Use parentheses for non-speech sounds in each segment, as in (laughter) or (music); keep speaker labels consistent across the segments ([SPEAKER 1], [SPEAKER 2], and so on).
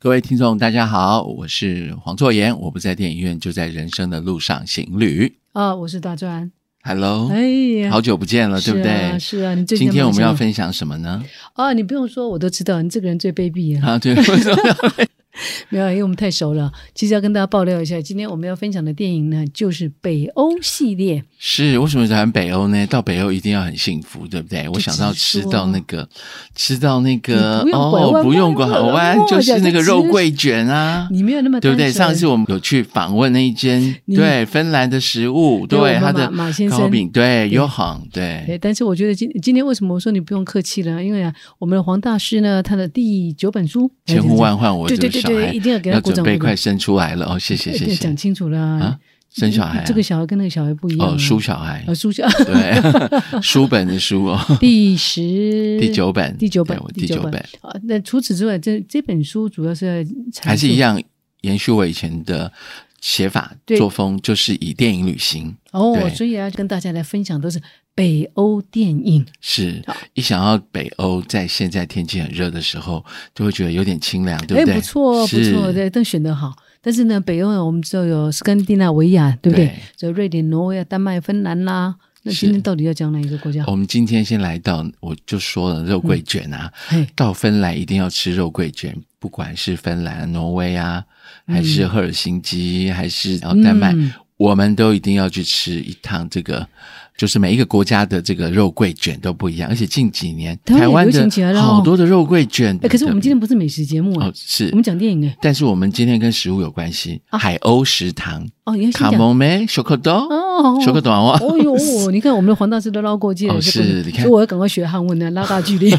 [SPEAKER 1] 各位听众，大家好，我是黄作言，我不在电影院，就在人生的路上行旅。
[SPEAKER 2] 哦，我是大专。
[SPEAKER 1] Hello，、
[SPEAKER 2] 哎呀，
[SPEAKER 1] 哦好久不见了，
[SPEAKER 2] 是
[SPEAKER 1] 对不
[SPEAKER 2] 啊
[SPEAKER 1] 对？
[SPEAKER 2] 是啊，你最
[SPEAKER 1] 今
[SPEAKER 2] 近在
[SPEAKER 1] 天我
[SPEAKER 2] 忙
[SPEAKER 1] 们
[SPEAKER 2] 什
[SPEAKER 1] 要
[SPEAKER 2] 么
[SPEAKER 1] 分享什么呢？
[SPEAKER 2] 哦，你不用说，我都知道，你这个人最卑鄙啊。
[SPEAKER 1] 啊，对，为什么要
[SPEAKER 2] 没有，因为我们太熟了。其实要跟大家爆料一下，今天我们要分享的电影呢，就是北欧系列。
[SPEAKER 1] (laughs) 是为什么谈北欧呢？到北欧一定要很幸福，对不
[SPEAKER 2] (laughs)
[SPEAKER 1] 对？我想到
[SPEAKER 2] 直
[SPEAKER 1] 吃
[SPEAKER 2] 说
[SPEAKER 1] 到那个，吃到那个
[SPEAKER 2] 你不用拐弯
[SPEAKER 1] 哦，不用拐
[SPEAKER 2] 弯了
[SPEAKER 1] 弯，
[SPEAKER 2] 哦
[SPEAKER 1] 就是
[SPEAKER 2] 讲
[SPEAKER 1] 那
[SPEAKER 2] 就
[SPEAKER 1] 个
[SPEAKER 2] 直
[SPEAKER 1] 肉桂卷啊，
[SPEAKER 2] 你没有那么
[SPEAKER 1] 对不对？
[SPEAKER 2] 单纯
[SPEAKER 1] 上次我们有去访问那一间
[SPEAKER 2] 你
[SPEAKER 1] 对芬兰的食物，
[SPEAKER 2] 对我
[SPEAKER 1] 对
[SPEAKER 2] 们
[SPEAKER 1] 它
[SPEAKER 2] 马
[SPEAKER 1] 的
[SPEAKER 2] 马先生
[SPEAKER 1] 糕饼，对 y o h a n 对
[SPEAKER 2] 对，但是我觉得今今天为什么我说你不用客气了？因为啊，我们的黄大师呢，他的第九本书
[SPEAKER 1] 千呼万唤我
[SPEAKER 2] 对
[SPEAKER 1] 这
[SPEAKER 2] 对
[SPEAKER 1] 个
[SPEAKER 2] 对
[SPEAKER 1] 小
[SPEAKER 2] 对，
[SPEAKER 1] 孩
[SPEAKER 2] 一定要给他
[SPEAKER 1] 要
[SPEAKER 2] 鼓
[SPEAKER 1] 准
[SPEAKER 2] 掌。
[SPEAKER 1] 备
[SPEAKER 2] 鼓掌
[SPEAKER 1] 快生出来了哦，谢谢谢
[SPEAKER 2] 对
[SPEAKER 1] 谢
[SPEAKER 2] 讲清楚了
[SPEAKER 1] 啊，生小孩啊
[SPEAKER 2] 这个小孩跟那个小孩不一样啊
[SPEAKER 1] 哦，书小孩
[SPEAKER 2] 啊，书小
[SPEAKER 1] (laughs) 对书本的书 (laughs) 哦，
[SPEAKER 2] 第十
[SPEAKER 1] 第九本
[SPEAKER 2] 第九本
[SPEAKER 1] 对我，
[SPEAKER 2] 第
[SPEAKER 1] 第九
[SPEAKER 2] 本
[SPEAKER 1] 本
[SPEAKER 2] 啊。那除此之外，这这本书主要是在
[SPEAKER 1] 还是一
[SPEAKER 2] 样
[SPEAKER 1] 样延续我以前的写法
[SPEAKER 2] 对
[SPEAKER 1] 作风，就是以电影旅行
[SPEAKER 2] 哦，
[SPEAKER 1] 对
[SPEAKER 2] 所以啊，跟大家来分享都是北欧电影。
[SPEAKER 1] 是
[SPEAKER 2] 好
[SPEAKER 1] 一想到北欧，在现在天气很热的时候，就会觉得有点清凉，对
[SPEAKER 2] 哎，
[SPEAKER 1] 对？
[SPEAKER 2] 不错哦，不
[SPEAKER 1] 是
[SPEAKER 2] 错，对，都选得好。但是呢，北欧呢，我们知道有斯堪的纳维亚，对不对
[SPEAKER 1] 对？
[SPEAKER 2] 有瑞典、挪威啊、丹麦、芬兰啦。那
[SPEAKER 1] 是
[SPEAKER 2] 今天到底要讲哪一个国家？
[SPEAKER 1] 我们今天先来到，我就说了肉
[SPEAKER 2] 嗯
[SPEAKER 1] 桂卷啊，
[SPEAKER 2] 嘿，
[SPEAKER 1] 到芬兰一定要吃肉桂卷，不管是芬兰、挪威啊，还是赫尔辛基，还是然后丹麦，
[SPEAKER 2] 嗯
[SPEAKER 1] 我们都一定要去吃一趟这个。就是每一个国家的这个肉桂卷都不一样，而且近几年
[SPEAKER 2] 台
[SPEAKER 1] 台
[SPEAKER 2] 湾
[SPEAKER 1] 湾
[SPEAKER 2] 也流行
[SPEAKER 1] 的
[SPEAKER 2] 起来了哦
[SPEAKER 1] 好多的肉桂卷。
[SPEAKER 2] 哎，可是我们今天不是美食节目啊
[SPEAKER 1] 哦，是
[SPEAKER 2] 我们讲电影哎。
[SPEAKER 1] 但是我们今天跟食物有关系，海鸥食堂、
[SPEAKER 2] 哦，你要
[SPEAKER 1] 卡
[SPEAKER 2] 先讲
[SPEAKER 1] 蒙梅、小可多、
[SPEAKER 2] 哦，
[SPEAKER 1] 小可多啊，(laughs)
[SPEAKER 2] 哦呦，你看我们的黄大师都捞过界了，
[SPEAKER 1] 哦
[SPEAKER 2] 这不
[SPEAKER 1] 是你看
[SPEAKER 2] 所以我要赶快学汉文呢，啊拉大距离。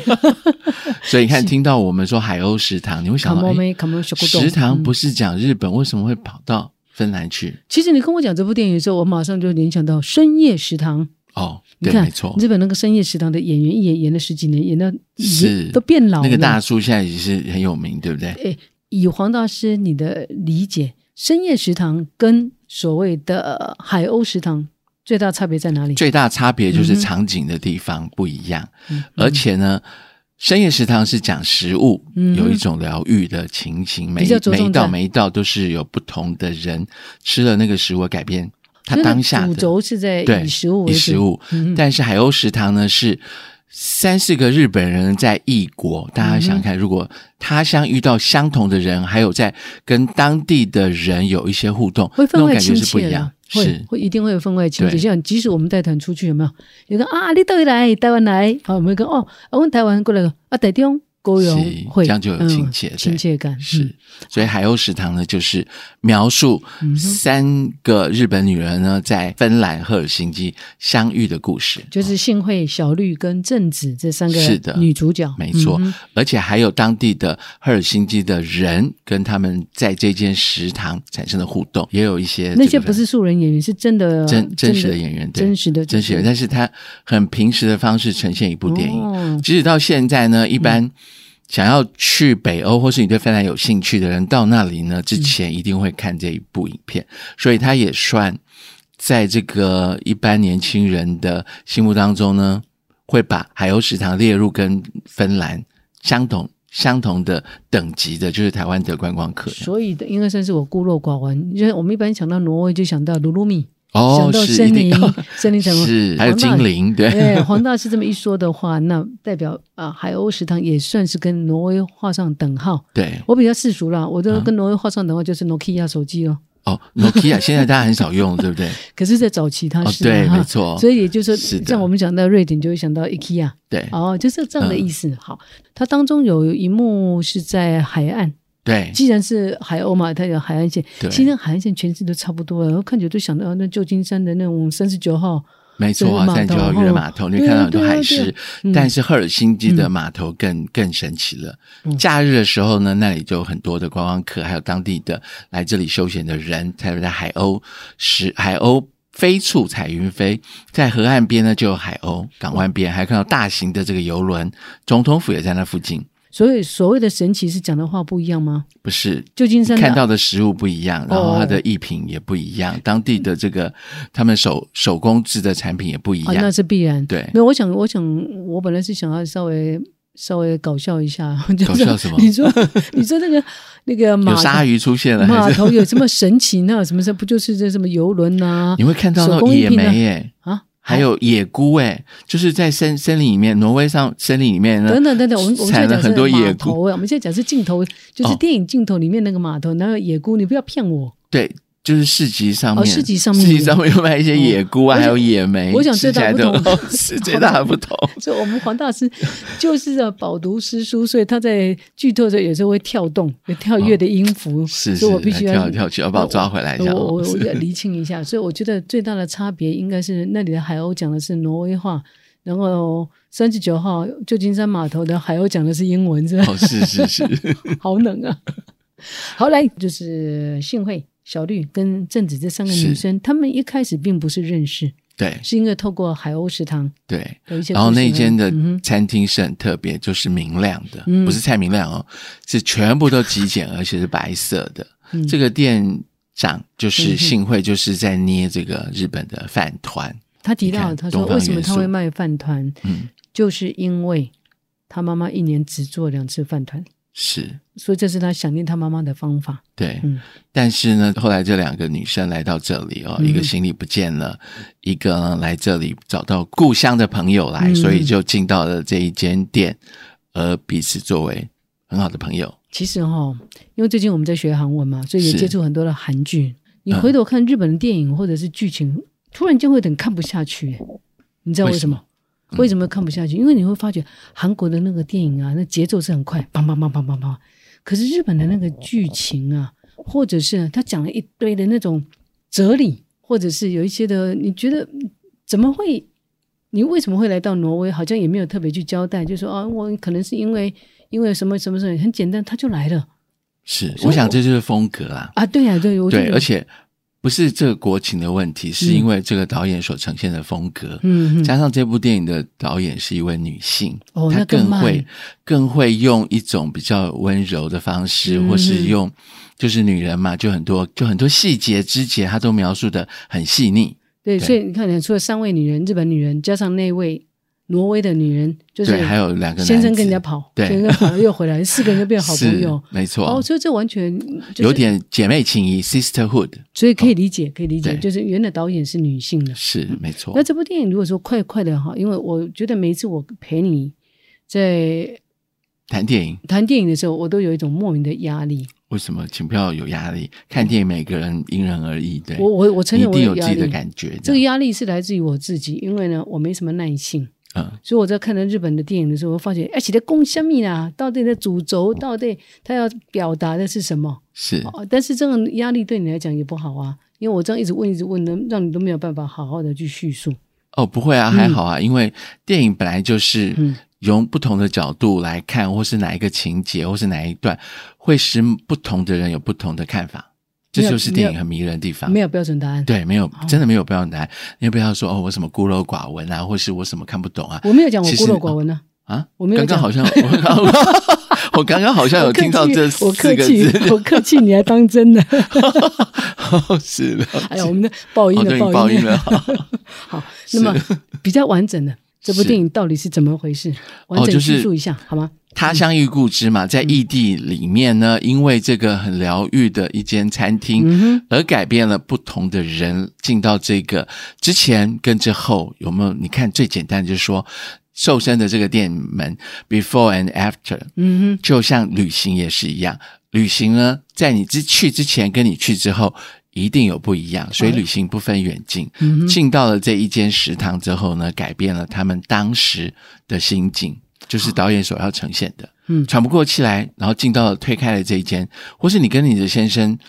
[SPEAKER 1] 所以你看听到我们说海鸥食堂，你会
[SPEAKER 2] 卡
[SPEAKER 1] 想到
[SPEAKER 2] 莫
[SPEAKER 1] 哎，
[SPEAKER 2] 梅，卡莫小古董
[SPEAKER 1] 食堂
[SPEAKER 2] 嗯
[SPEAKER 1] 不是讲日本，为什么会跑到芬兰去？
[SPEAKER 2] 其实你跟我讲这部电影的时候，我马上就联想到《深夜食堂》。
[SPEAKER 1] 哦，
[SPEAKER 2] 你
[SPEAKER 1] 对，
[SPEAKER 2] 看
[SPEAKER 1] 没错，
[SPEAKER 2] 日本那个《深夜食堂》的演员一演演了十几年，演到
[SPEAKER 1] 是
[SPEAKER 2] 演都变老了。
[SPEAKER 1] 那个大叔现在也是很有名，对不对？
[SPEAKER 2] 哎，以黄大师你的理解，《深夜食堂》跟所谓的呃海鸥食堂最大差别在哪里？
[SPEAKER 1] 最大差别就
[SPEAKER 2] 嗯
[SPEAKER 1] 是
[SPEAKER 2] 哼
[SPEAKER 1] 场景的地方不一样，
[SPEAKER 2] 嗯
[SPEAKER 1] 而且呢。深夜食堂是讲食物，
[SPEAKER 2] 嗯哼
[SPEAKER 1] 有一种疗愈的情形，每
[SPEAKER 2] 比
[SPEAKER 1] 一
[SPEAKER 2] 较着
[SPEAKER 1] 每
[SPEAKER 2] 重
[SPEAKER 1] 一道
[SPEAKER 2] 在
[SPEAKER 1] 每一道都是有不同的人吃了那个食物而改变他
[SPEAKER 2] 所以那
[SPEAKER 1] 当下
[SPEAKER 2] 主
[SPEAKER 1] 的
[SPEAKER 2] 轴是在
[SPEAKER 1] 对
[SPEAKER 2] 以食物为
[SPEAKER 1] 以
[SPEAKER 2] 主，
[SPEAKER 1] 食物。
[SPEAKER 2] 嗯哼
[SPEAKER 1] 但是海鸥食堂呢是三四个日本人在异国，大家想
[SPEAKER 2] 嗯
[SPEAKER 1] 想看，如果他乡遇到相同的人，还有在跟当地的人有一些互动，
[SPEAKER 2] 会
[SPEAKER 1] 那
[SPEAKER 2] 分
[SPEAKER 1] 种
[SPEAKER 2] 外
[SPEAKER 1] 感觉
[SPEAKER 2] 亲
[SPEAKER 1] 是不
[SPEAKER 2] 切
[SPEAKER 1] 一样
[SPEAKER 2] 了，，会
[SPEAKER 1] 是。
[SPEAKER 2] 会一定会有分外亲切。
[SPEAKER 1] 对
[SPEAKER 2] 像即使我们带团出去，有没有？有个啊，你到底来，台湾来，好，我们跟哦，啊，我们台湾过来个啊，台中、高
[SPEAKER 1] 是
[SPEAKER 2] 雄，会
[SPEAKER 1] 这样就有
[SPEAKER 2] 嗯
[SPEAKER 1] 亲切对
[SPEAKER 2] 亲切感
[SPEAKER 1] 是
[SPEAKER 2] 嗯，
[SPEAKER 1] 所以海鸥食堂呢，就是描述三个日本女人呢在芬兰赫尔辛基相遇的故事。
[SPEAKER 2] 就是幸会、小绿跟正子这三
[SPEAKER 1] 是
[SPEAKER 2] 个
[SPEAKER 1] 的
[SPEAKER 2] 女主角，
[SPEAKER 1] 没错，
[SPEAKER 2] 嗯哼
[SPEAKER 1] 而且还有当地的赫尔辛基的人跟他们在这间食堂产生的互动，也有一些
[SPEAKER 2] 那
[SPEAKER 1] 这
[SPEAKER 2] 些
[SPEAKER 1] 个
[SPEAKER 2] 不是素人演员，是真的
[SPEAKER 1] 真真实的演员，对，
[SPEAKER 2] 真实的
[SPEAKER 1] 真实演员，但是他很平时的方式呈现一部电影。
[SPEAKER 2] 哦
[SPEAKER 1] 即使到现在呢，
[SPEAKER 2] 嗯
[SPEAKER 1] 一般想要去北欧或是你对芬兰有兴趣的人，到那里呢
[SPEAKER 2] 嗯
[SPEAKER 1] 之前一定会看这一部影片，所以它也算在这个一般年轻人的心目当中呢，会把海鸥食堂列入跟芬兰相同相同的等级的，就是台湾的观光客。
[SPEAKER 2] 所以的应该算是我孤陋寡闻，因为我们一般想到挪威就想到鲁鲁米，
[SPEAKER 1] 哦
[SPEAKER 2] 想，到
[SPEAKER 1] 是一
[SPEAKER 2] 森
[SPEAKER 1] 定
[SPEAKER 2] 林
[SPEAKER 1] 要，
[SPEAKER 2] (laughs) 森林什哦
[SPEAKER 1] (laughs)
[SPEAKER 2] 么
[SPEAKER 1] 是还有
[SPEAKER 2] 黄大
[SPEAKER 1] 精灵， (laughs) 对。
[SPEAKER 2] 对，黄大师这么一说的话，那代表啊、海鸥食堂也算是跟挪威画上等号。
[SPEAKER 1] 对
[SPEAKER 2] 我比较世俗啦，我
[SPEAKER 1] 啊
[SPEAKER 2] 都跟挪威画上等号，就是 Nokia 手机哦。
[SPEAKER 1] 哦，Nokia 现在大家很少用，对不
[SPEAKER 2] (laughs)
[SPEAKER 1] 对？
[SPEAKER 2] 可是，在早期它
[SPEAKER 1] 哦，
[SPEAKER 2] 啊是、啊
[SPEAKER 1] 对，
[SPEAKER 2] 哈
[SPEAKER 1] 没错，
[SPEAKER 2] 所以也就是
[SPEAKER 1] 是
[SPEAKER 2] 说，
[SPEAKER 1] 的嗯
[SPEAKER 2] 像我们讲到瑞典，就会想到 IKEA，
[SPEAKER 1] 对
[SPEAKER 2] 哦，就是这样的意思。
[SPEAKER 1] 嗯
[SPEAKER 2] 好，它当中有一幕是在海岸，
[SPEAKER 1] 对
[SPEAKER 2] 既然是海鸥嘛，它有海岸线，
[SPEAKER 1] 嗯对
[SPEAKER 2] 其实海岸线全市都差不多了。我看久就想到、啊那旧金山的那种三十九号，
[SPEAKER 1] 没错啊，
[SPEAKER 2] 这
[SPEAKER 1] 三
[SPEAKER 2] 是码头
[SPEAKER 1] 九号渔人码头，你会看到很多海
[SPEAKER 2] 对啊对
[SPEAKER 1] 狮
[SPEAKER 2] 啊嗯，
[SPEAKER 1] 但是赫尔辛基的码头更更神奇了。
[SPEAKER 2] 嗯
[SPEAKER 1] 假日的时候呢，那里就有很多的观光客，还有当地的来这里休闲的人，特别在海鸥石海鸥。飞处彩云飞，在河岸边呢就有海鸥，港湾边还看到大型的这个游轮，总统府也在那附近。
[SPEAKER 2] 所以所谓的神奇是讲的话不一样吗？
[SPEAKER 1] 不是，
[SPEAKER 2] 旧金山的啊哦
[SPEAKER 1] 看到的食物不一样，然后它的艺品也不一样，当地的这个他们手手工制的产品也不一
[SPEAKER 2] 啊，
[SPEAKER 1] 样
[SPEAKER 2] 那。是必然。
[SPEAKER 1] 对
[SPEAKER 2] 没有，我想，我想，我本来是想要稍微稍微搞笑一下，就是
[SPEAKER 1] 搞笑什么
[SPEAKER 2] 你说 (laughs) 你说那个那个
[SPEAKER 1] 有
[SPEAKER 2] 码
[SPEAKER 1] 鲨鱼出现了，
[SPEAKER 2] 码
[SPEAKER 1] 还是
[SPEAKER 2] 头有什么神奇呢？什么事不就是这什么游轮呐
[SPEAKER 1] 你？会看到那
[SPEAKER 2] 啊手
[SPEAKER 1] 种
[SPEAKER 2] 工艺
[SPEAKER 1] 野
[SPEAKER 2] 品啊
[SPEAKER 1] 莓
[SPEAKER 2] (laughs)
[SPEAKER 1] 耶，
[SPEAKER 2] 啊，
[SPEAKER 1] 还有野菇哎，就是在森森林里面，挪威上森林里面呢，
[SPEAKER 2] 等等等等，我们我们
[SPEAKER 1] 产
[SPEAKER 2] 现在
[SPEAKER 1] 了
[SPEAKER 2] 讲
[SPEAKER 1] 很多
[SPEAKER 2] 是
[SPEAKER 1] 野
[SPEAKER 2] 码
[SPEAKER 1] 菇，
[SPEAKER 2] 头哎，我们现在讲是镜头，就是
[SPEAKER 1] 哦
[SPEAKER 2] 电影镜头里面那个码头，那个野菇，你不要骗我。 (laughs)
[SPEAKER 1] 对，就是市集上面，
[SPEAKER 2] 哦市集上面
[SPEAKER 1] 市集上面有卖一些野菇啊，
[SPEAKER 2] 哦
[SPEAKER 1] 还有野莓，
[SPEAKER 2] 我想
[SPEAKER 1] 吃
[SPEAKER 2] 最
[SPEAKER 1] 起
[SPEAKER 2] 大
[SPEAKER 1] 来
[SPEAKER 2] 不
[SPEAKER 1] 都
[SPEAKER 2] 同
[SPEAKER 1] 好 (laughs) 吃，最大的不同。
[SPEAKER 2] 所以我们黄大师就是啊饱读诗书，所以他在剧透的时候有时候会跳动，有跳跃的音符，
[SPEAKER 1] 哦是
[SPEAKER 2] 所以我必
[SPEAKER 1] 是，
[SPEAKER 2] 须要
[SPEAKER 1] 跳来跳去，要把我抓回来一下。
[SPEAKER 2] 呃我我
[SPEAKER 1] 哦
[SPEAKER 2] 我
[SPEAKER 1] 是
[SPEAKER 2] 要厘清一下，所以我觉得最大的差别应该是那里的海鸥讲的是挪威话，然后三十九号旧金山码头的海鸥讲的是英
[SPEAKER 1] (laughs)
[SPEAKER 2] 文，是吧？
[SPEAKER 1] (laughs) 哦，是是是， (laughs)
[SPEAKER 2] 好冷啊！好，来就是幸会、小绿跟正子这三个
[SPEAKER 1] 是
[SPEAKER 2] 女生，她们一开始并不是认识，
[SPEAKER 1] 对
[SPEAKER 2] 是因为透过海鸥食堂
[SPEAKER 1] 对。
[SPEAKER 2] 有一些故事而已，
[SPEAKER 1] 然后那间的
[SPEAKER 2] 嗯哼
[SPEAKER 1] 餐厅是很特别，就是明亮的，
[SPEAKER 2] 嗯
[SPEAKER 1] 不是蔡明亮哦，是全部都极简，而且是白色的。
[SPEAKER 2] 嗯
[SPEAKER 1] 这个店长就是
[SPEAKER 2] 嗯哼
[SPEAKER 1] 幸会，就是在捏这个日本的饭团。
[SPEAKER 2] 他提到
[SPEAKER 1] 你看
[SPEAKER 2] 他说
[SPEAKER 1] 东方
[SPEAKER 2] 为什么
[SPEAKER 1] 元素
[SPEAKER 2] 他会卖饭团，
[SPEAKER 1] 嗯，
[SPEAKER 2] 就是因为他妈妈一年只做两次饭团，
[SPEAKER 1] 是
[SPEAKER 2] 所以这是他想念他妈妈的方法。
[SPEAKER 1] 对。
[SPEAKER 2] 嗯
[SPEAKER 1] 但是呢，后来这两个女生来到这里哦，
[SPEAKER 2] 嗯
[SPEAKER 1] 一个行李不见了，一个呢来这里找到故乡的朋友来，
[SPEAKER 2] 嗯
[SPEAKER 1] 所以就进到了这一间店，而彼此作为很好的朋友。
[SPEAKER 2] 其实哈、因为最近我们在学韩文嘛，所以也
[SPEAKER 1] 是
[SPEAKER 2] 接触很多的韩剧。你
[SPEAKER 1] 嗯
[SPEAKER 2] 回头看日本的电影或者是剧情，突然间会有点看不下去。你知道为什么？
[SPEAKER 1] 为什么嗯
[SPEAKER 2] 为什么看不下去？因为你会发觉韩国的那个电影啊，那节奏是很快，梆梆梆梆梆梆。可是日本的那个剧情啊，或者是他讲了一堆的那种哲理，或者是有一些的，你觉得嗯怎么会？你为什么会来到挪威？好像也没有特别去交代，就说啊，我可能是因为因为什么什么什么，很简单，他就来了
[SPEAKER 1] 是，
[SPEAKER 2] 所以
[SPEAKER 1] 我想
[SPEAKER 2] 我
[SPEAKER 1] 这就是风格啦。
[SPEAKER 2] 啊。对呀、对，我就
[SPEAKER 1] 对，
[SPEAKER 2] 觉得
[SPEAKER 1] 而且不是这个国情的问题，是
[SPEAKER 2] 嗯
[SPEAKER 1] 因为这个导演所呈现的风格。
[SPEAKER 2] 嗯，嗯
[SPEAKER 1] 加上这部电影的导演是一位女性，
[SPEAKER 2] 哦
[SPEAKER 1] 她
[SPEAKER 2] 那更
[SPEAKER 1] 更
[SPEAKER 2] 慢
[SPEAKER 1] 会更会用一种比较温柔的方式，
[SPEAKER 2] 嗯
[SPEAKER 1] 或是用就是女人嘛，就很多就很多细节枝节，她都描述的很细腻。
[SPEAKER 2] 对，
[SPEAKER 1] 对
[SPEAKER 2] 所以你看，除了三位女人，日本女人加上那位挪威的女人，就是
[SPEAKER 1] 对，还有两个男子
[SPEAKER 2] 先生跟人家跑，
[SPEAKER 1] 对
[SPEAKER 2] 先生跑了又回来，四个人就变好朋友。
[SPEAKER 1] 是没错，
[SPEAKER 2] 哦，所以这完全、就是、
[SPEAKER 1] 有，点姐妹情谊 （sisterhood）
[SPEAKER 2] 所以可以理解，可以理解，
[SPEAKER 1] 哦对
[SPEAKER 2] 就是原来导演是女性的。
[SPEAKER 1] 是没错
[SPEAKER 2] 嗯那。这部电影如果说快快的哈，因为我觉得每一次我陪你在
[SPEAKER 1] 谈电影
[SPEAKER 2] 谈电影的时候，我都有一种莫名的压力。
[SPEAKER 1] 为什么请不要有压力？看电影每个人因人而异，对，
[SPEAKER 2] 我我我承
[SPEAKER 1] 你一
[SPEAKER 2] 认我
[SPEAKER 1] 定有自
[SPEAKER 2] 压
[SPEAKER 1] 己的
[SPEAKER 2] 力，
[SPEAKER 1] 感觉。
[SPEAKER 2] 这
[SPEAKER 1] 这
[SPEAKER 2] 个
[SPEAKER 1] 样
[SPEAKER 2] 压力是来自于我自己，因为呢，我没什么耐性。
[SPEAKER 1] 嗯，
[SPEAKER 2] 所以我在看到日本的电影的时候，我发觉，哎，写的攻虾米啦，啊到底的主轴，到底他要表达的是什么？
[SPEAKER 1] 是
[SPEAKER 2] 哦，但是这种压力对你来讲也不好啊，因为我这样一直问，一直问，能让你都没有办法好好的去叙述。
[SPEAKER 1] 哦，不会啊，还好啊，因为电影本来就是
[SPEAKER 2] 嗯
[SPEAKER 1] 用不同的角度来看，或是哪一个情节，或是哪一段，会使不同的人有不同的看法。这
[SPEAKER 2] 没有
[SPEAKER 1] 就是电影很迷人的地方
[SPEAKER 2] 没。有标哦准答案，
[SPEAKER 1] 啊对，没有，真的没有标准答案。你也不要说哦，我什么孤陋寡闻啊，或是我什么看不懂啊
[SPEAKER 2] 我没有讲我
[SPEAKER 1] 其实
[SPEAKER 2] 孤陋寡闻啊，
[SPEAKER 1] 啊！
[SPEAKER 2] 我没
[SPEAKER 1] 刚
[SPEAKER 2] 有
[SPEAKER 1] 刚
[SPEAKER 2] 讲
[SPEAKER 1] 好
[SPEAKER 2] (laughs)
[SPEAKER 1] 像我刚刚啊我刚刚好像有
[SPEAKER 2] 我客
[SPEAKER 1] 听到
[SPEAKER 2] 气
[SPEAKER 1] 这
[SPEAKER 2] 我
[SPEAKER 1] 四
[SPEAKER 2] 客
[SPEAKER 1] 个
[SPEAKER 2] 气，
[SPEAKER 1] 字， (laughs) 哦
[SPEAKER 2] (laughs) 我客气，你还当真呢？
[SPEAKER 1] 是了
[SPEAKER 2] 哎呀，我们的报
[SPEAKER 1] 哦，
[SPEAKER 2] 音
[SPEAKER 1] 对，
[SPEAKER 2] 的
[SPEAKER 1] 你报
[SPEAKER 2] 音
[SPEAKER 1] 应了。
[SPEAKER 2] (laughs) 好，那么比较完整的这部
[SPEAKER 1] 是
[SPEAKER 2] 电影到底是怎么回事？完
[SPEAKER 1] 哦
[SPEAKER 2] 整
[SPEAKER 1] 就是
[SPEAKER 2] 叙述一下好吗？嗯
[SPEAKER 1] 他乡遇故知嘛，在异地里面呢，因为这个很疗愈的一间餐
[SPEAKER 2] 嗯
[SPEAKER 1] 厅，而改变了不同的人进到这个之前跟之后有没有？你看最简单就是说，瘦身的这个店门 before and after，
[SPEAKER 2] 嗯
[SPEAKER 1] 就像旅行也是一样，旅行呢，在你之去之前跟你去之后。一定有不一样，所以旅行不分远近。
[SPEAKER 2] 哼，嗯哼，
[SPEAKER 1] 进到了这一间食堂之后呢，改变了他们当时的心境，就是导演所要呈现的。
[SPEAKER 2] 嗯
[SPEAKER 1] 喘不过气来，然后进到了推开了这一间，或是你跟你的先生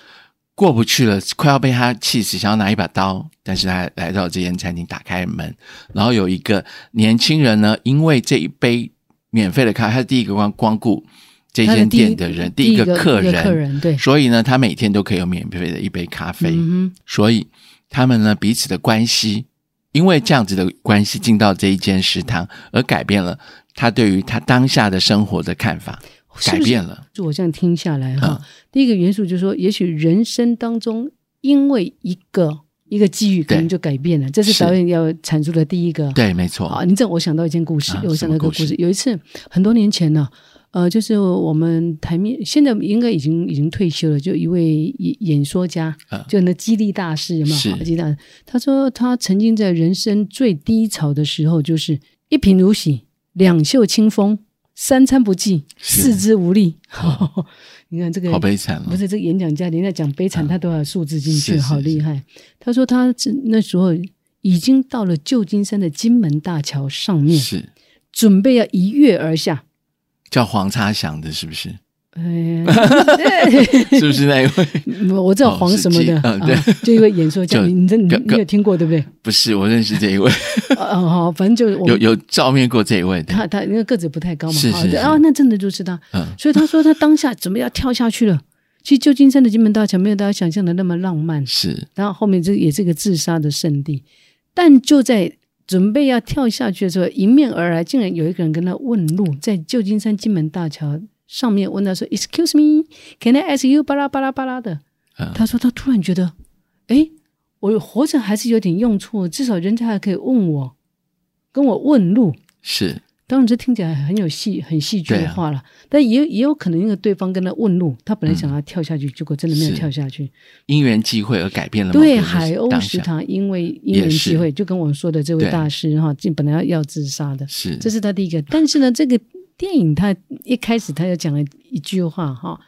[SPEAKER 1] 过不去了，快要被他气死，想要拿一把刀，但是他来到这间餐厅，打开门，然后有一个年轻人呢，因为这一杯免费的咖啡，他是第一个光光顾这
[SPEAKER 2] 他的
[SPEAKER 1] 间
[SPEAKER 2] 第一
[SPEAKER 1] 店的人，
[SPEAKER 2] 第
[SPEAKER 1] 第一
[SPEAKER 2] 一
[SPEAKER 1] 个
[SPEAKER 2] 个
[SPEAKER 1] 客
[SPEAKER 2] 一个
[SPEAKER 1] 人，
[SPEAKER 2] 客人对
[SPEAKER 1] 所以呢，他每天都可以有免费的一杯咖啡。
[SPEAKER 2] 嗯
[SPEAKER 1] 所以他们呢彼此的关系，因为这样子的关系进到这一间食堂，而改变了他对于他当下的生活的看法，
[SPEAKER 2] 哼，是
[SPEAKER 1] 改
[SPEAKER 2] 不是
[SPEAKER 1] 变了。
[SPEAKER 2] 就我这样听下来哈，
[SPEAKER 1] 嗯
[SPEAKER 2] 第一个元素就是说，也许人生当中因为一个一个机遇可能
[SPEAKER 1] 对
[SPEAKER 2] 就改变了。这是
[SPEAKER 1] 是
[SPEAKER 2] 导演要阐述的第一个。
[SPEAKER 1] 对，没错，
[SPEAKER 2] 啊，你这我想到一件故事
[SPEAKER 1] 啊，
[SPEAKER 2] 我想到一个故
[SPEAKER 1] 什么
[SPEAKER 2] 事
[SPEAKER 1] 故事。
[SPEAKER 2] 有一次很多年前呢，呃，就是我们台面现在应该已经已经退休了，就一位演演说家
[SPEAKER 1] 啊，
[SPEAKER 2] 就那激励大师有没
[SPEAKER 1] 是
[SPEAKER 2] 有？激励大师，他说他曾经在人生最低潮的时候，就是一贫如洗，两袖清风，三餐不继，
[SPEAKER 1] 是
[SPEAKER 2] 四肢无力。 (laughs) 你看这个
[SPEAKER 1] 好悲惨哦了
[SPEAKER 2] 不。是这个演讲家，人家讲悲惨，他都要有数字进
[SPEAKER 1] 啊是
[SPEAKER 2] 去，
[SPEAKER 1] 是
[SPEAKER 2] 好厉害。他说他这那时候已经到了旧金山的金门大桥上面，
[SPEAKER 1] 是
[SPEAKER 2] 准备要一跃而下。
[SPEAKER 1] 叫黄茶祥的，是不
[SPEAKER 2] (laughs)
[SPEAKER 1] 是？ (laughs)
[SPEAKER 2] 哎，
[SPEAKER 1] 是不是那一位？
[SPEAKER 2] (laughs) 我知道黄什么的，
[SPEAKER 1] 哦是鸡嗯对
[SPEAKER 2] 啊就一个演说家，
[SPEAKER 1] 就
[SPEAKER 2] 你你这你
[SPEAKER 1] 个
[SPEAKER 2] 你有听过对不对？
[SPEAKER 1] (laughs) 不是，我认识这一位，
[SPEAKER 2] 啊，哦好，反正就是我
[SPEAKER 1] 有
[SPEAKER 2] 们
[SPEAKER 1] 有照面过这一位的。
[SPEAKER 2] 他他因为个子不太高嘛
[SPEAKER 1] 是，
[SPEAKER 2] 啊
[SPEAKER 1] 是
[SPEAKER 2] 对
[SPEAKER 1] 是
[SPEAKER 2] 啊，那真的就是他。
[SPEAKER 1] 嗯，
[SPEAKER 2] 所以他说他当下准备要跳下去了。其实旧金山的金门大桥没有大家想象的那么浪漫，
[SPEAKER 1] 是
[SPEAKER 2] 然后后面这也是个自杀的圣地，但就在准备要跳下去的时候，迎面而来竟然有一个人跟他问路，在旧金山金门大桥上面问他说：“Excuse me，can I ask you 巴拉巴拉巴拉的
[SPEAKER 1] 嗯？”
[SPEAKER 2] 他说他突然觉得，哎，我活着还是有点用处，至少人家还可以问我，跟我问路。
[SPEAKER 1] 是，
[SPEAKER 2] 当然，这听起来很有戏、很戏剧
[SPEAKER 1] 对
[SPEAKER 2] 的
[SPEAKER 1] 啊嗯
[SPEAKER 2] 话了，但也也有可能那个对方跟他问路，他本来想要跳下去，结果真的没有
[SPEAKER 1] 是
[SPEAKER 2] 跳下去。
[SPEAKER 1] 因缘际会而改变了某个
[SPEAKER 2] 对，
[SPEAKER 1] 人
[SPEAKER 2] 海
[SPEAKER 1] 的
[SPEAKER 2] 鸥
[SPEAKER 1] 当
[SPEAKER 2] 食
[SPEAKER 1] 下
[SPEAKER 2] 堂因为因
[SPEAKER 1] 也
[SPEAKER 2] 缘际
[SPEAKER 1] 是
[SPEAKER 2] 会，就跟我说的这位
[SPEAKER 1] 对
[SPEAKER 2] 大师哈，就本来要要自杀的，
[SPEAKER 1] 是
[SPEAKER 2] 这是他第一个。但是呢，这个电影他一开始他要讲了一句话哈，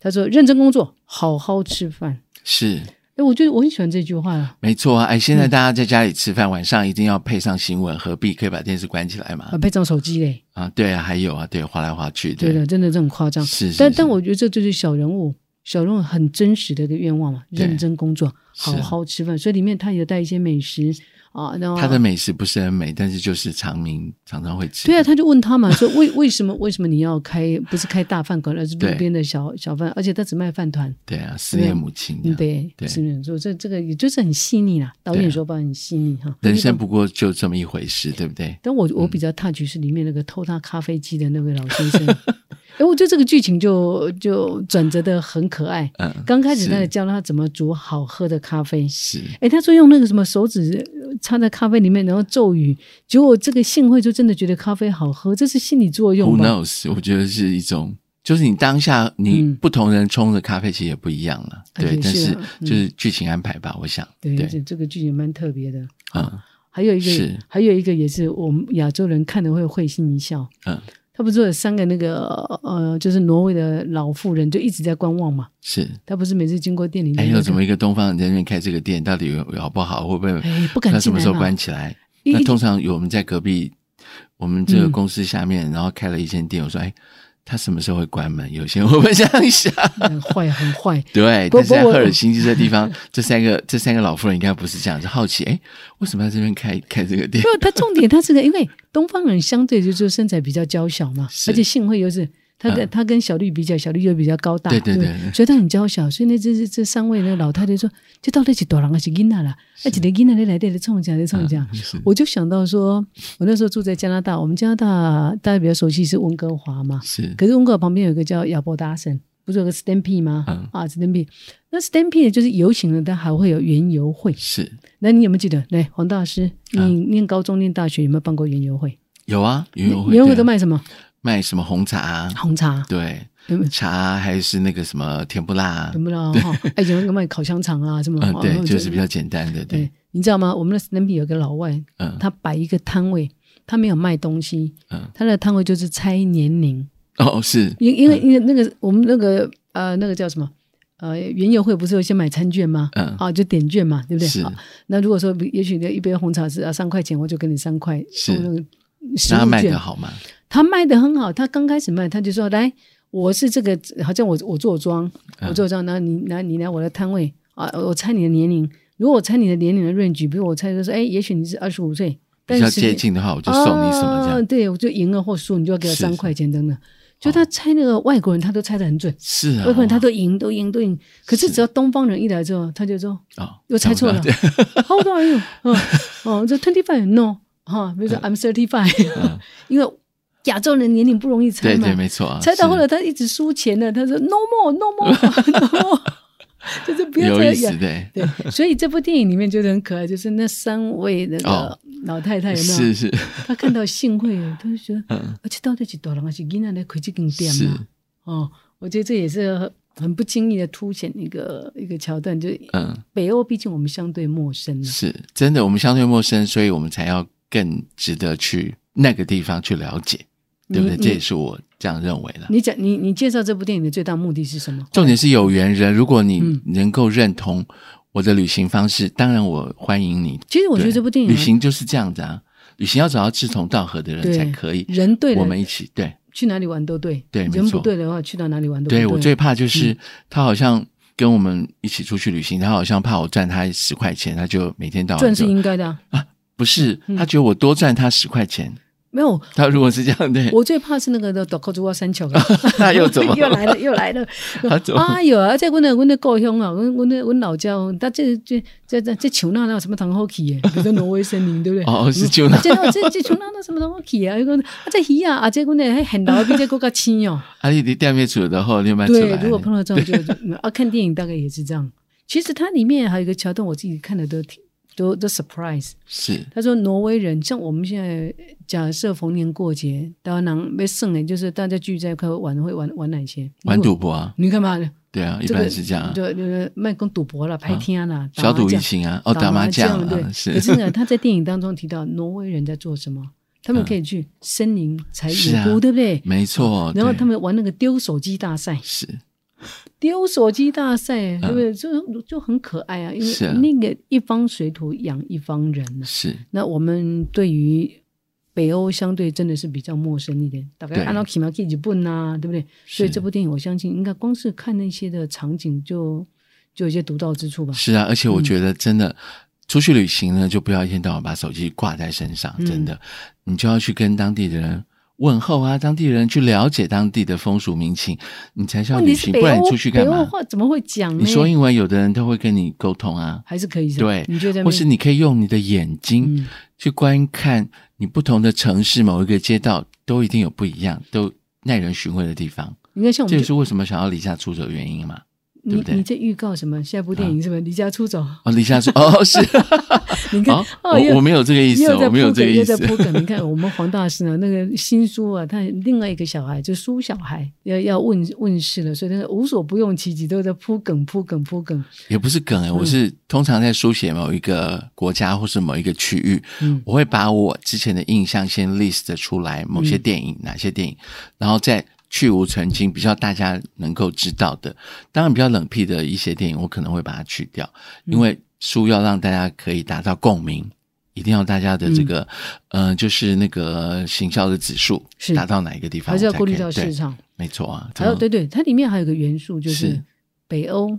[SPEAKER 2] 他说：“认真工作，好好吃饭。
[SPEAKER 1] 是”
[SPEAKER 2] 哎，我觉得我很喜欢这句话啊，
[SPEAKER 1] 没错啊。哎，现在大家在家里吃饭，晚上一定要配上新闻，何必可以把电视关起来嘛
[SPEAKER 2] 啊，？配上手机嘞，
[SPEAKER 1] 啊，对啊，还有啊，对，划来划去，
[SPEAKER 2] 对的，真的这很夸张。
[SPEAKER 1] 是是
[SPEAKER 2] 但
[SPEAKER 1] 是
[SPEAKER 2] 但我觉得这就是小人物，小人物很真实的一个愿望嘛，
[SPEAKER 1] 对
[SPEAKER 2] 认真工作，
[SPEAKER 1] 是
[SPEAKER 2] 好好吃饭。所以里面他有带一些美食啊，然后
[SPEAKER 1] 它的美食不是很美，但是就是常民常常会吃。
[SPEAKER 2] 对啊，他就问他嘛，说为 (laughs) 为什么为什么你要开不是开大饭馆，而是路
[SPEAKER 1] 对
[SPEAKER 2] 边的小小饭，而且他只卖饭团，
[SPEAKER 1] 对啊，思念母亲这
[SPEAKER 2] 嗯，
[SPEAKER 1] 样。
[SPEAKER 2] 对，
[SPEAKER 1] 对
[SPEAKER 2] 是不是？说这这个也就是很细腻啦，导
[SPEAKER 1] 对
[SPEAKER 2] 演
[SPEAKER 1] 啊
[SPEAKER 2] 手法很细腻哈。
[SPEAKER 1] 人生嗯不过就这么一回事，对不对？
[SPEAKER 2] 但我我比较 touch 是里面那个偷他咖啡机的那位老先生， (laughs) 哎，我觉得这个剧情就就转折的很可爱。
[SPEAKER 1] 嗯，
[SPEAKER 2] 刚开始
[SPEAKER 1] 是
[SPEAKER 2] 他在教他怎么煮好喝的咖啡，
[SPEAKER 1] 是
[SPEAKER 2] 哎，他说用那个什么手指呃插在咖啡里面，然后咒语，结果这个幸会就真的觉得咖啡好喝，这是心理作用
[SPEAKER 1] Who
[SPEAKER 2] 吧？
[SPEAKER 1] knows？我觉得是一种，就是你当下你
[SPEAKER 2] 嗯
[SPEAKER 1] 不同人冲的咖啡其实也不一样了，
[SPEAKER 2] 啊
[SPEAKER 1] 对。
[SPEAKER 2] 也
[SPEAKER 1] 但
[SPEAKER 2] 是
[SPEAKER 1] 是
[SPEAKER 2] 啊嗯
[SPEAKER 1] 就是剧情安排吧，我想，
[SPEAKER 2] 对，
[SPEAKER 1] 对，
[SPEAKER 2] 这这个剧情蛮特别的。
[SPEAKER 1] 嗯
[SPEAKER 2] 还有一个
[SPEAKER 1] 是，
[SPEAKER 2] 还有一个也是我们亚洲人看的会会心一笑。
[SPEAKER 1] 嗯，
[SPEAKER 2] 他不是有三个那个呃，就是挪威的老妇人就一直在观望嘛？
[SPEAKER 1] 是。
[SPEAKER 2] 他不是每次经过店里
[SPEAKER 1] 哎
[SPEAKER 2] 面，
[SPEAKER 1] 呦，
[SPEAKER 2] 都
[SPEAKER 1] 怎么
[SPEAKER 2] 看
[SPEAKER 1] 一个东方人在那边开这个店，到底有有好不好？会不会？
[SPEAKER 2] 哎不敢
[SPEAKER 1] 那什么
[SPEAKER 2] 进来
[SPEAKER 1] 时候
[SPEAKER 2] 嘛
[SPEAKER 1] 关起来？
[SPEAKER 2] 一
[SPEAKER 1] 那
[SPEAKER 2] 一
[SPEAKER 1] 通常有我们在隔壁，我们这个
[SPEAKER 2] 嗯
[SPEAKER 1] 公司下面，然后开了一间店，我说，哎，他什么时候会关门？有些人会不 (laughs) 会这样想？
[SPEAKER 2] 很坏很坏？ (laughs)
[SPEAKER 1] 对，
[SPEAKER 2] 不
[SPEAKER 1] 但是在
[SPEAKER 2] 不我
[SPEAKER 1] 赫尔辛基这地方，这三个这三个老妇人应该不是这样，是好奇，哎，为什么要这边开开这个店？
[SPEAKER 2] 没有，他重点他这个，因为东方人相对就就身材比较娇小嘛，
[SPEAKER 1] 是嗯
[SPEAKER 2] 而且性会又是他跟、他跟小绿比较，小绿又比较高大，
[SPEAKER 1] 对对
[SPEAKER 2] 不
[SPEAKER 1] 对对
[SPEAKER 2] 所以他很娇小。所以那这这这三位那个老太太说，这到底是多人还是囡仔啦？而且那囡仔在来这里冲讲，在冲讲。
[SPEAKER 1] 是
[SPEAKER 2] 我就想到说，我那时候住在加拿大，我们加拿大大家比较熟悉是温哥华嘛，
[SPEAKER 1] 是
[SPEAKER 2] 可是温哥华旁边有一个叫亚伯达省，不是有个 Stampy 吗？
[SPEAKER 1] 嗯
[SPEAKER 2] 啊，Stampy，那 Stampy 就是游行了，但还会有园游会。
[SPEAKER 1] 是，
[SPEAKER 2] 那你有没有记得？来，黄大师，你
[SPEAKER 1] 啊
[SPEAKER 2] 念高中、念大学有没有办过园游会？
[SPEAKER 1] 有啊，园游会
[SPEAKER 2] 园游会
[SPEAKER 1] 对
[SPEAKER 2] 都
[SPEAKER 1] 啊
[SPEAKER 2] 卖什么？
[SPEAKER 1] 卖什么红茶啊，
[SPEAKER 2] 红茶，
[SPEAKER 1] 对，
[SPEAKER 2] 有没有？
[SPEAKER 1] 茶还是那个什么甜不辣啊
[SPEAKER 2] 有，没有哈？哎，有那个卖烤香肠啊，什么？
[SPEAKER 1] 嗯，
[SPEAKER 2] 哦
[SPEAKER 1] 对，就是比较简单的，对
[SPEAKER 2] 对，。你知道吗？我们的 Stampy 有个老外，
[SPEAKER 1] 嗯
[SPEAKER 2] 他摆一个摊位，他没有卖东西，
[SPEAKER 1] 嗯，
[SPEAKER 2] 他的摊位就是猜年龄。
[SPEAKER 1] 哦是
[SPEAKER 2] 因因为因为那个我们那个呃那个叫什么呃园游会不是有先买餐券吗？
[SPEAKER 1] 嗯
[SPEAKER 2] 啊就点券嘛，对不
[SPEAKER 1] 是
[SPEAKER 2] 对？好，那如果说也许你一杯红茶是啊三块钱，我就给你三块，
[SPEAKER 1] 是
[SPEAKER 2] 哦那个食
[SPEAKER 1] 那他
[SPEAKER 2] 物
[SPEAKER 1] 卖
[SPEAKER 2] 券
[SPEAKER 1] 的，好吗？
[SPEAKER 2] 他卖的很好。他刚开始卖，他就说来，我是这个好像我我做庄，
[SPEAKER 1] 嗯
[SPEAKER 2] 我做庄，然后你来你来我的摊位啊，我猜你的年龄。如果我猜你的年龄的 range，比如我猜就说，哎，也许你是二十五岁，但
[SPEAKER 1] 比较
[SPEAKER 2] 是实
[SPEAKER 1] 接
[SPEAKER 2] 际
[SPEAKER 1] 近的话，我就送你什么这
[SPEAKER 2] 哦
[SPEAKER 1] 样。
[SPEAKER 2] 对，我就赢了或输，你就要给我
[SPEAKER 1] 是哦
[SPEAKER 2] 三块钱等等。就他猜那个外国人，他都猜得很准，
[SPEAKER 1] 是啊，
[SPEAKER 2] 外国人他都赢，都赢，都赢。可是
[SPEAKER 1] 是
[SPEAKER 2] 只要东方人一来之后，他就说
[SPEAKER 1] 哦，
[SPEAKER 2] 又猜错了
[SPEAKER 1] (laughs) 想不到对
[SPEAKER 2] How old are you？嗯哦，这 twenty five no 哈，比
[SPEAKER 1] 嗯
[SPEAKER 2] 如说 I'm thirty five，因 (laughs) 为亚洲人年龄不容易猜
[SPEAKER 1] 对
[SPEAKER 2] 嘛
[SPEAKER 1] 对，，没错啊，
[SPEAKER 2] 猜
[SPEAKER 1] 是
[SPEAKER 2] 到 (laughs) 后来他一直输钱了，他说 no more no more no more，就是不要
[SPEAKER 1] 有
[SPEAKER 2] 再
[SPEAKER 1] 意思
[SPEAKER 2] 演。
[SPEAKER 1] 对，
[SPEAKER 2] 对，所以这部电影里面觉得很可爱，就是那三位那个
[SPEAKER 1] 哦
[SPEAKER 2] 老太哎太有没有？
[SPEAKER 1] 是是
[SPEAKER 2] 她看到幸会，她就觉得，
[SPEAKER 1] 嗯
[SPEAKER 2] 而且到底是多人还是囡仔来开这间店
[SPEAKER 1] 是
[SPEAKER 2] 嘛？哦，我觉得这也是很很不经意的凸显一个一个桥段，就是
[SPEAKER 1] 嗯
[SPEAKER 2] 北欧，毕竟我们相对陌生啊
[SPEAKER 1] 是真的，我们相对陌生，所以我们才要更值得去那个地方去了解，对不对？
[SPEAKER 2] 你
[SPEAKER 1] 这也是我这样认为的。
[SPEAKER 2] 你讲你你介绍这部电影的最大目的是什么？
[SPEAKER 1] 重点是有缘人，如果你
[SPEAKER 2] 嗯
[SPEAKER 1] 能够认同我的旅行方式，当然我欢迎你。
[SPEAKER 2] 其实我觉得
[SPEAKER 1] 对
[SPEAKER 2] 这部电影啊、
[SPEAKER 1] 旅行就是这样子啊，旅行要找到志同道合的人
[SPEAKER 2] 对
[SPEAKER 1] 才可以。
[SPEAKER 2] 人对了，
[SPEAKER 1] 我们一起对
[SPEAKER 2] 去哪里玩都对，
[SPEAKER 1] 对没错
[SPEAKER 2] 人不对的话，去到哪里玩都不
[SPEAKER 1] 对，
[SPEAKER 2] 对嗯
[SPEAKER 1] 我最怕就是、他好像跟我们一起出去旅行，他好像怕我赚他十块钱，他就每天到晚
[SPEAKER 2] 赚是
[SPEAKER 1] 就
[SPEAKER 2] 应该的、啊，
[SPEAKER 1] 不是
[SPEAKER 2] 嗯
[SPEAKER 1] 他觉得我多赚他十块钱，(laughs)
[SPEAKER 2] 没有。
[SPEAKER 1] 他如果是这样对， (laughs)
[SPEAKER 2] 我最怕是那个的岛口珠蛙三桥啊，
[SPEAKER 1] 那又 (laughs) 怎么
[SPEAKER 2] (laughs) 又来了，又来了。
[SPEAKER 1] (laughs) 他怎
[SPEAKER 2] (laughs)
[SPEAKER 1] 么
[SPEAKER 2] 哎哟，啊，这阮的阮的故乡啊，阮阮的阮老家哦，但这这这这这球那那有什么糖好去耶？比如说挪威森林，对不对？
[SPEAKER 1] 哦是就那 (laughs)
[SPEAKER 2] 啊，这这这球那那什么糖好去啊？讲啊，这鱼啊，啊，这阮的那很老，比这更加青哦。
[SPEAKER 1] 阿丽迪店面煮的后，你有没有出
[SPEAKER 2] 对，
[SPEAKER 1] 来？
[SPEAKER 2] 如果碰到这种就就啊，看电影大概也是这样。其实它里面还有一个桥段，我自己看的都挺都都 surprise。
[SPEAKER 1] 是
[SPEAKER 2] 他说挪威人像我们现在假设逢年过节，当然被剩的，就是大家聚在一块玩会玩玩哪些？
[SPEAKER 1] 玩赌博啊，
[SPEAKER 2] 你干嘛？
[SPEAKER 1] 对啊，一
[SPEAKER 2] 这个
[SPEAKER 1] 般是这样啊，
[SPEAKER 2] 对，就是卖光赌博了、拍天啦、打麻
[SPEAKER 1] 小赌怡
[SPEAKER 2] 将
[SPEAKER 1] 情啊，哦，打麻将
[SPEAKER 2] 对
[SPEAKER 1] 啊，。
[SPEAKER 2] 可
[SPEAKER 1] 是
[SPEAKER 2] 是呢，他在电影当中提到挪威人在做什么，他们可以去森林
[SPEAKER 1] (laughs)
[SPEAKER 2] 采
[SPEAKER 1] 是
[SPEAKER 2] 野
[SPEAKER 1] 啊
[SPEAKER 2] 菇，对不对？
[SPEAKER 1] (laughs) 没错。
[SPEAKER 2] 然后
[SPEAKER 1] 对
[SPEAKER 2] 他们玩那个丢手机大赛，
[SPEAKER 1] 是
[SPEAKER 2] 丢手机大赛，对不对？就就很可爱啊，因为
[SPEAKER 1] 啊是啊
[SPEAKER 2] 那个一方水土养一方人啊。
[SPEAKER 1] 是
[SPEAKER 2] 那我们对于北欧相对真的是比较陌生一点，大概
[SPEAKER 1] 对
[SPEAKER 2] 按照起码去日本啊，对不对？所以
[SPEAKER 1] 是
[SPEAKER 2] 这部电影，我相信应该光是看那些的场景就，就有一些独到之处吧。
[SPEAKER 1] 是啊，而且
[SPEAKER 2] 嗯
[SPEAKER 1] 我觉得真的。出去旅行呢，就不要一天到晚把手机挂在身上，真
[SPEAKER 2] 嗯
[SPEAKER 1] 的，你就要去跟当地的人问候啊，当地人去了解当地的风俗民情，你才叫
[SPEAKER 2] 问题
[SPEAKER 1] 旅
[SPEAKER 2] 是
[SPEAKER 1] 行，
[SPEAKER 2] 北
[SPEAKER 1] 不然
[SPEAKER 2] 欧
[SPEAKER 1] 你出去
[SPEAKER 2] 北
[SPEAKER 1] 干
[SPEAKER 2] 欧
[SPEAKER 1] 嘛？
[SPEAKER 2] 话怎么会讲呢？
[SPEAKER 1] 你说英文，有的人都会跟你沟通啊，
[SPEAKER 2] 还是可以是吧
[SPEAKER 1] 对，
[SPEAKER 2] 你觉得
[SPEAKER 1] 或是你可以用你的眼睛
[SPEAKER 2] 嗯
[SPEAKER 1] 去观看你不同的城市某一个街道，都一定有不一样，都耐人寻味的地方。
[SPEAKER 2] 应该像我
[SPEAKER 1] 这
[SPEAKER 2] 们
[SPEAKER 1] 也
[SPEAKER 2] 就是
[SPEAKER 1] 为什么想要离家出走的原因嘛。对
[SPEAKER 2] 你
[SPEAKER 1] 不对啊
[SPEAKER 2] 你这预告什么？下一部电影是不是《离家出走》？
[SPEAKER 1] 哦，离家出哦
[SPEAKER 2] (laughs)
[SPEAKER 1] 是，
[SPEAKER 2] 你看
[SPEAKER 1] 哦，
[SPEAKER 2] 哦，又
[SPEAKER 1] 我我没有这个意
[SPEAKER 2] 你
[SPEAKER 1] 思，
[SPEAKER 2] 又在
[SPEAKER 1] 我
[SPEAKER 2] 铺
[SPEAKER 1] 没有
[SPEAKER 2] 梗，
[SPEAKER 1] 这个意
[SPEAKER 2] 又在
[SPEAKER 1] 思。
[SPEAKER 2] 铺梗。你看，我们黄大师呢，那个新书啊，他另外一个小孩就苏小孩要要问问世了，所以他无所不用其极，都在铺梗、铺梗、铺梗。
[SPEAKER 1] 也不是梗欸诶，
[SPEAKER 2] 嗯
[SPEAKER 1] 我是通常在书写某一个国家或是某一个区域，
[SPEAKER 2] 嗯
[SPEAKER 1] 我会把我之前的印象先 list 出来，某些电影、哪些电影，
[SPEAKER 2] 嗯
[SPEAKER 1] 然后再去无存菁，比较大家能够知道的，当然比较冷僻的一些电影，我可能会把它去掉，
[SPEAKER 2] 嗯
[SPEAKER 1] 因为书要让大家可以达到共鸣。一定要大家的这个，嗯、呃，就是那个行销的指数
[SPEAKER 2] 是
[SPEAKER 1] 达到哪一个地方，
[SPEAKER 2] 还是要顾虑
[SPEAKER 1] 我
[SPEAKER 2] 到
[SPEAKER 1] 才可以
[SPEAKER 2] 市，场。
[SPEAKER 1] 对没错啊。
[SPEAKER 2] 还有
[SPEAKER 1] 怎么
[SPEAKER 2] 对对，它里面还有一个元素就是
[SPEAKER 1] 是
[SPEAKER 2] 北欧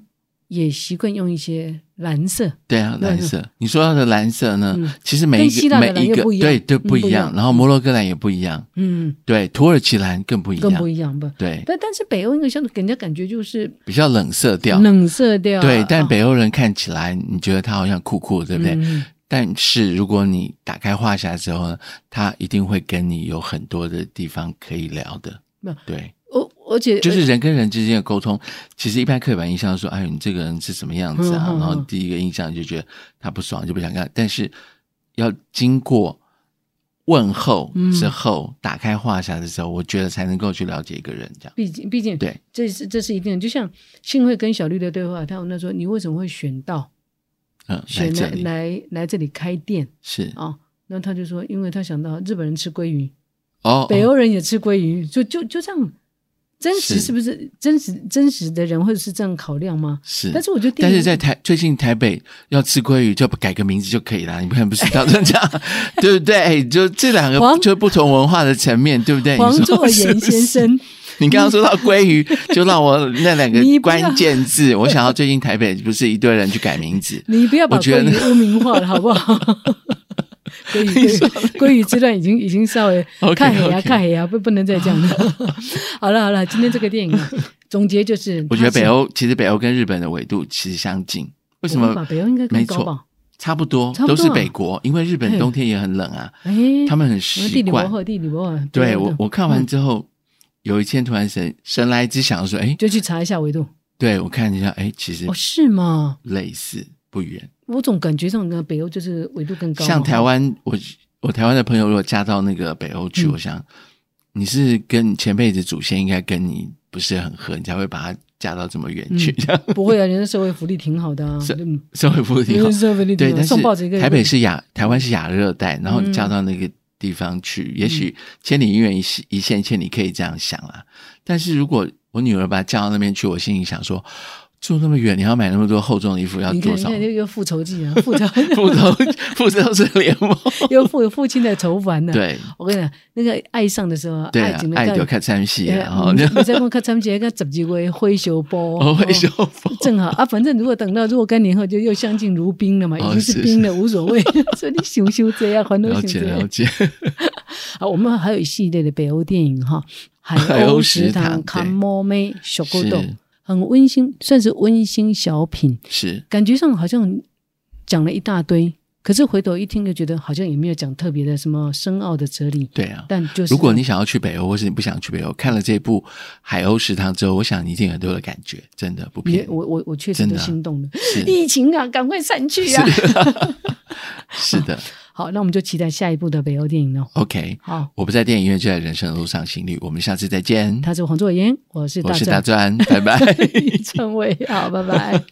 [SPEAKER 2] 也习惯用一些蓝色，
[SPEAKER 1] 对啊，
[SPEAKER 2] 对
[SPEAKER 1] 蓝色。你说到的蓝色呢，
[SPEAKER 2] 嗯
[SPEAKER 1] 其实每
[SPEAKER 2] 跟希
[SPEAKER 1] 一
[SPEAKER 2] 腊
[SPEAKER 1] 个
[SPEAKER 2] 的
[SPEAKER 1] 每
[SPEAKER 2] 蓝
[SPEAKER 1] 一
[SPEAKER 2] 又
[SPEAKER 1] 个
[SPEAKER 2] 不一样
[SPEAKER 1] 对对
[SPEAKER 2] 嗯
[SPEAKER 1] 不
[SPEAKER 2] 不一
[SPEAKER 1] 一
[SPEAKER 2] 样
[SPEAKER 1] 样，然后摩洛哥蓝也不一样，
[SPEAKER 2] 嗯，
[SPEAKER 1] 对，土耳其蓝更不一
[SPEAKER 2] 更不
[SPEAKER 1] 样，
[SPEAKER 2] 一样不？
[SPEAKER 1] 对，
[SPEAKER 2] 但但是北欧那个相对给人家感觉就是
[SPEAKER 1] 比较冷色调，
[SPEAKER 2] 冷色调啊，
[SPEAKER 1] 对。但
[SPEAKER 2] 啊
[SPEAKER 1] 北欧人看起来，你觉得他好像酷酷，对不对？
[SPEAKER 2] 嗯
[SPEAKER 1] 但是如果你打开话匣之后呢，他一定会跟你有很多的地方可以聊的
[SPEAKER 2] 那。
[SPEAKER 1] 对，
[SPEAKER 2] 而哦而且
[SPEAKER 1] 就是人跟人之间的沟通，其实一般刻板印象说，哎呦，你这个人是什么样子啊？
[SPEAKER 2] 嗯嗯嗯
[SPEAKER 1] 然后第一个印象就觉得他不爽，就不想干。但是要经过问候
[SPEAKER 2] 嗯
[SPEAKER 1] 之后，打开话匣的时候，我觉得才能够去了解一个人这样。
[SPEAKER 2] 毕竟毕竟
[SPEAKER 1] 对，
[SPEAKER 2] 这是这是一定的。就像幸会跟小绿的对话，他问他说：“你为什么会选到
[SPEAKER 1] 嗯，来
[SPEAKER 2] 选
[SPEAKER 1] 这
[SPEAKER 2] 来
[SPEAKER 1] 里
[SPEAKER 2] 来来这里开店
[SPEAKER 1] 是
[SPEAKER 2] 啊、那他就说：“因为他想到日本人吃鲑鱼，
[SPEAKER 1] 哦，
[SPEAKER 2] 北
[SPEAKER 1] 哦
[SPEAKER 2] 欧人也吃鲑鱼，就就就这样。”真实
[SPEAKER 1] 是
[SPEAKER 2] 是不是真实真实的人会是这样考量吗？
[SPEAKER 1] 是，
[SPEAKER 2] 但是我觉得电
[SPEAKER 1] 但
[SPEAKER 2] 影，
[SPEAKER 1] 是在台最近台北要吃鲑鱼，就改个名字就可以了。你看不是到 (laughs) 成这样，对不对？就这两个
[SPEAKER 2] 黄
[SPEAKER 1] 就是不同文化的层面，对不对？
[SPEAKER 2] 黄
[SPEAKER 1] 你说
[SPEAKER 2] 作
[SPEAKER 1] 是
[SPEAKER 2] 言
[SPEAKER 1] 不是
[SPEAKER 2] 先生，
[SPEAKER 1] (laughs) 你刚刚说到鲑
[SPEAKER 2] (laughs)
[SPEAKER 1] 鱼，就让我那两个
[SPEAKER 2] 你不要
[SPEAKER 1] 关键字，我想到最近台北不是一堆人去改名字，
[SPEAKER 2] 你不要把
[SPEAKER 1] 我觉得
[SPEAKER 2] 鲑鱼污名化了，好
[SPEAKER 1] (laughs)
[SPEAKER 2] 不好？鲑鱼鲑鱼鲑鱼之乱已经已经稍微
[SPEAKER 1] OK，
[SPEAKER 2] 看黑呀
[SPEAKER 1] OK
[SPEAKER 2] 看黑呀，不不能再
[SPEAKER 1] (laughs)
[SPEAKER 2] 这样了。好了好了，今天这个电影啊，总结就是，
[SPEAKER 1] 我觉得
[SPEAKER 2] 它是
[SPEAKER 1] 北欧其实北欧跟日本的纬度其实相近，为什
[SPEAKER 2] 我们把
[SPEAKER 1] 么？
[SPEAKER 2] 北欧应该更
[SPEAKER 1] 没
[SPEAKER 2] 高吧
[SPEAKER 1] 错？，差不多
[SPEAKER 2] 差不多
[SPEAKER 1] 都
[SPEAKER 2] 啊
[SPEAKER 1] 是北国，因为日本冬天也很冷啊，
[SPEAKER 2] 哎，
[SPEAKER 1] 他们很
[SPEAKER 2] 我们地
[SPEAKER 1] 习
[SPEAKER 2] 理博
[SPEAKER 1] 惯。
[SPEAKER 2] 后，地理博后，
[SPEAKER 1] 对
[SPEAKER 2] 北欧
[SPEAKER 1] 我
[SPEAKER 2] 的
[SPEAKER 1] 我看完之后，有一天突然神神来之想说，哎，
[SPEAKER 2] 就去查一下维度，
[SPEAKER 1] 对我看一下，哎，其实
[SPEAKER 2] 哦，是吗？
[SPEAKER 1] 类似不远。
[SPEAKER 2] 我总感觉上呢，北欧就是纬度更高嘛，
[SPEAKER 1] 像台湾，我我台湾的朋友如果嫁到那个北欧去，
[SPEAKER 2] 嗯
[SPEAKER 1] 我想你是跟前辈子祖先应该跟你不是很合，你才会把她嫁到这么远去。这样
[SPEAKER 2] 不会啊，人家社会福利挺好的啊，
[SPEAKER 1] 是
[SPEAKER 2] 嗯，
[SPEAKER 1] 社会福利挺好
[SPEAKER 2] 人家社会福利
[SPEAKER 1] 对，
[SPEAKER 2] 挺好，
[SPEAKER 1] 但
[SPEAKER 2] 送报纸一个
[SPEAKER 1] 是台北是亚，台湾是亚热带，然后你
[SPEAKER 2] 嗯
[SPEAKER 1] 嫁到那个地方去，也许千里姻缘一线一线牵，你可以这样想啦。但是如果我女儿把她嫁到那边去，我心里想说，住那么远，你要买那么多厚重的衣服，要
[SPEAKER 2] 你看，
[SPEAKER 1] 多
[SPEAKER 2] 你
[SPEAKER 1] 少 (laughs)
[SPEAKER 2] 看？这个复仇记啊，复仇
[SPEAKER 1] 复仇复仇者联
[SPEAKER 2] (laughs)
[SPEAKER 1] 盟，
[SPEAKER 2] 又父父亲的仇烦呢、，
[SPEAKER 1] 对
[SPEAKER 2] 我跟你讲，那个爱上的时候，
[SPEAKER 1] 对
[SPEAKER 2] 爱
[SPEAKER 1] 啊
[SPEAKER 2] 情，
[SPEAKER 1] 爱就看三戏啊，然后
[SPEAKER 2] 你你再看看他们几个十几位挥
[SPEAKER 1] (laughs)
[SPEAKER 2] 袖波，
[SPEAKER 1] 我会修
[SPEAKER 2] 嗯哦
[SPEAKER 1] 复。
[SPEAKER 2] 正好啊，反正如果等到若干年后，就又相敬如宾了嘛，
[SPEAKER 1] 哦
[SPEAKER 2] 已经
[SPEAKER 1] 是
[SPEAKER 2] 是宾了，无所谓。 (laughs) 所以你想修这样，还都
[SPEAKER 1] 了
[SPEAKER 2] 想
[SPEAKER 1] 解
[SPEAKER 2] 这
[SPEAKER 1] 了
[SPEAKER 2] 样。
[SPEAKER 1] 解，
[SPEAKER 2] 啊，我们还有一系列的北欧电影哈，《
[SPEAKER 1] (laughs) 海
[SPEAKER 2] 海
[SPEAKER 1] 鸥
[SPEAKER 2] 鸥
[SPEAKER 1] 食
[SPEAKER 2] 食
[SPEAKER 1] 堂
[SPEAKER 2] 堂》《
[SPEAKER 1] 对
[SPEAKER 2] 卡莫妹》《小狗豆
[SPEAKER 1] 是》，
[SPEAKER 2] 很温馨，算是温馨小品。
[SPEAKER 1] 是
[SPEAKER 2] 感觉上好像讲了一大堆，可是回头一听就觉得好像也没有讲特别的什么深奥的哲理。
[SPEAKER 1] 对啊。
[SPEAKER 2] 但就是
[SPEAKER 1] 如果你想要去北欧，或是你不想去北欧，看了这部《海鸥食堂》之后，我想你一定有很多的感觉，真的不
[SPEAKER 2] 也
[SPEAKER 1] 骗你。
[SPEAKER 2] 我我我确实
[SPEAKER 1] 真的
[SPEAKER 2] 都
[SPEAKER 1] 啊
[SPEAKER 2] 心动了，
[SPEAKER 1] 是
[SPEAKER 2] (laughs) 疫情啊，赶快散去啊！
[SPEAKER 1] 是的
[SPEAKER 2] (laughs) 好，那我们就期待下一部的北欧电影喽。
[SPEAKER 1] ，OK。
[SPEAKER 2] 好，
[SPEAKER 1] 我不在电影院，就在人生的路上行旅。我们下次再见。
[SPEAKER 2] 他是黄作言，我是
[SPEAKER 1] 我
[SPEAKER 2] (laughs) 大
[SPEAKER 1] 是大专，
[SPEAKER 2] 壮， (laughs)
[SPEAKER 1] 拜拜。
[SPEAKER 2] 李正伟，好，拜拜。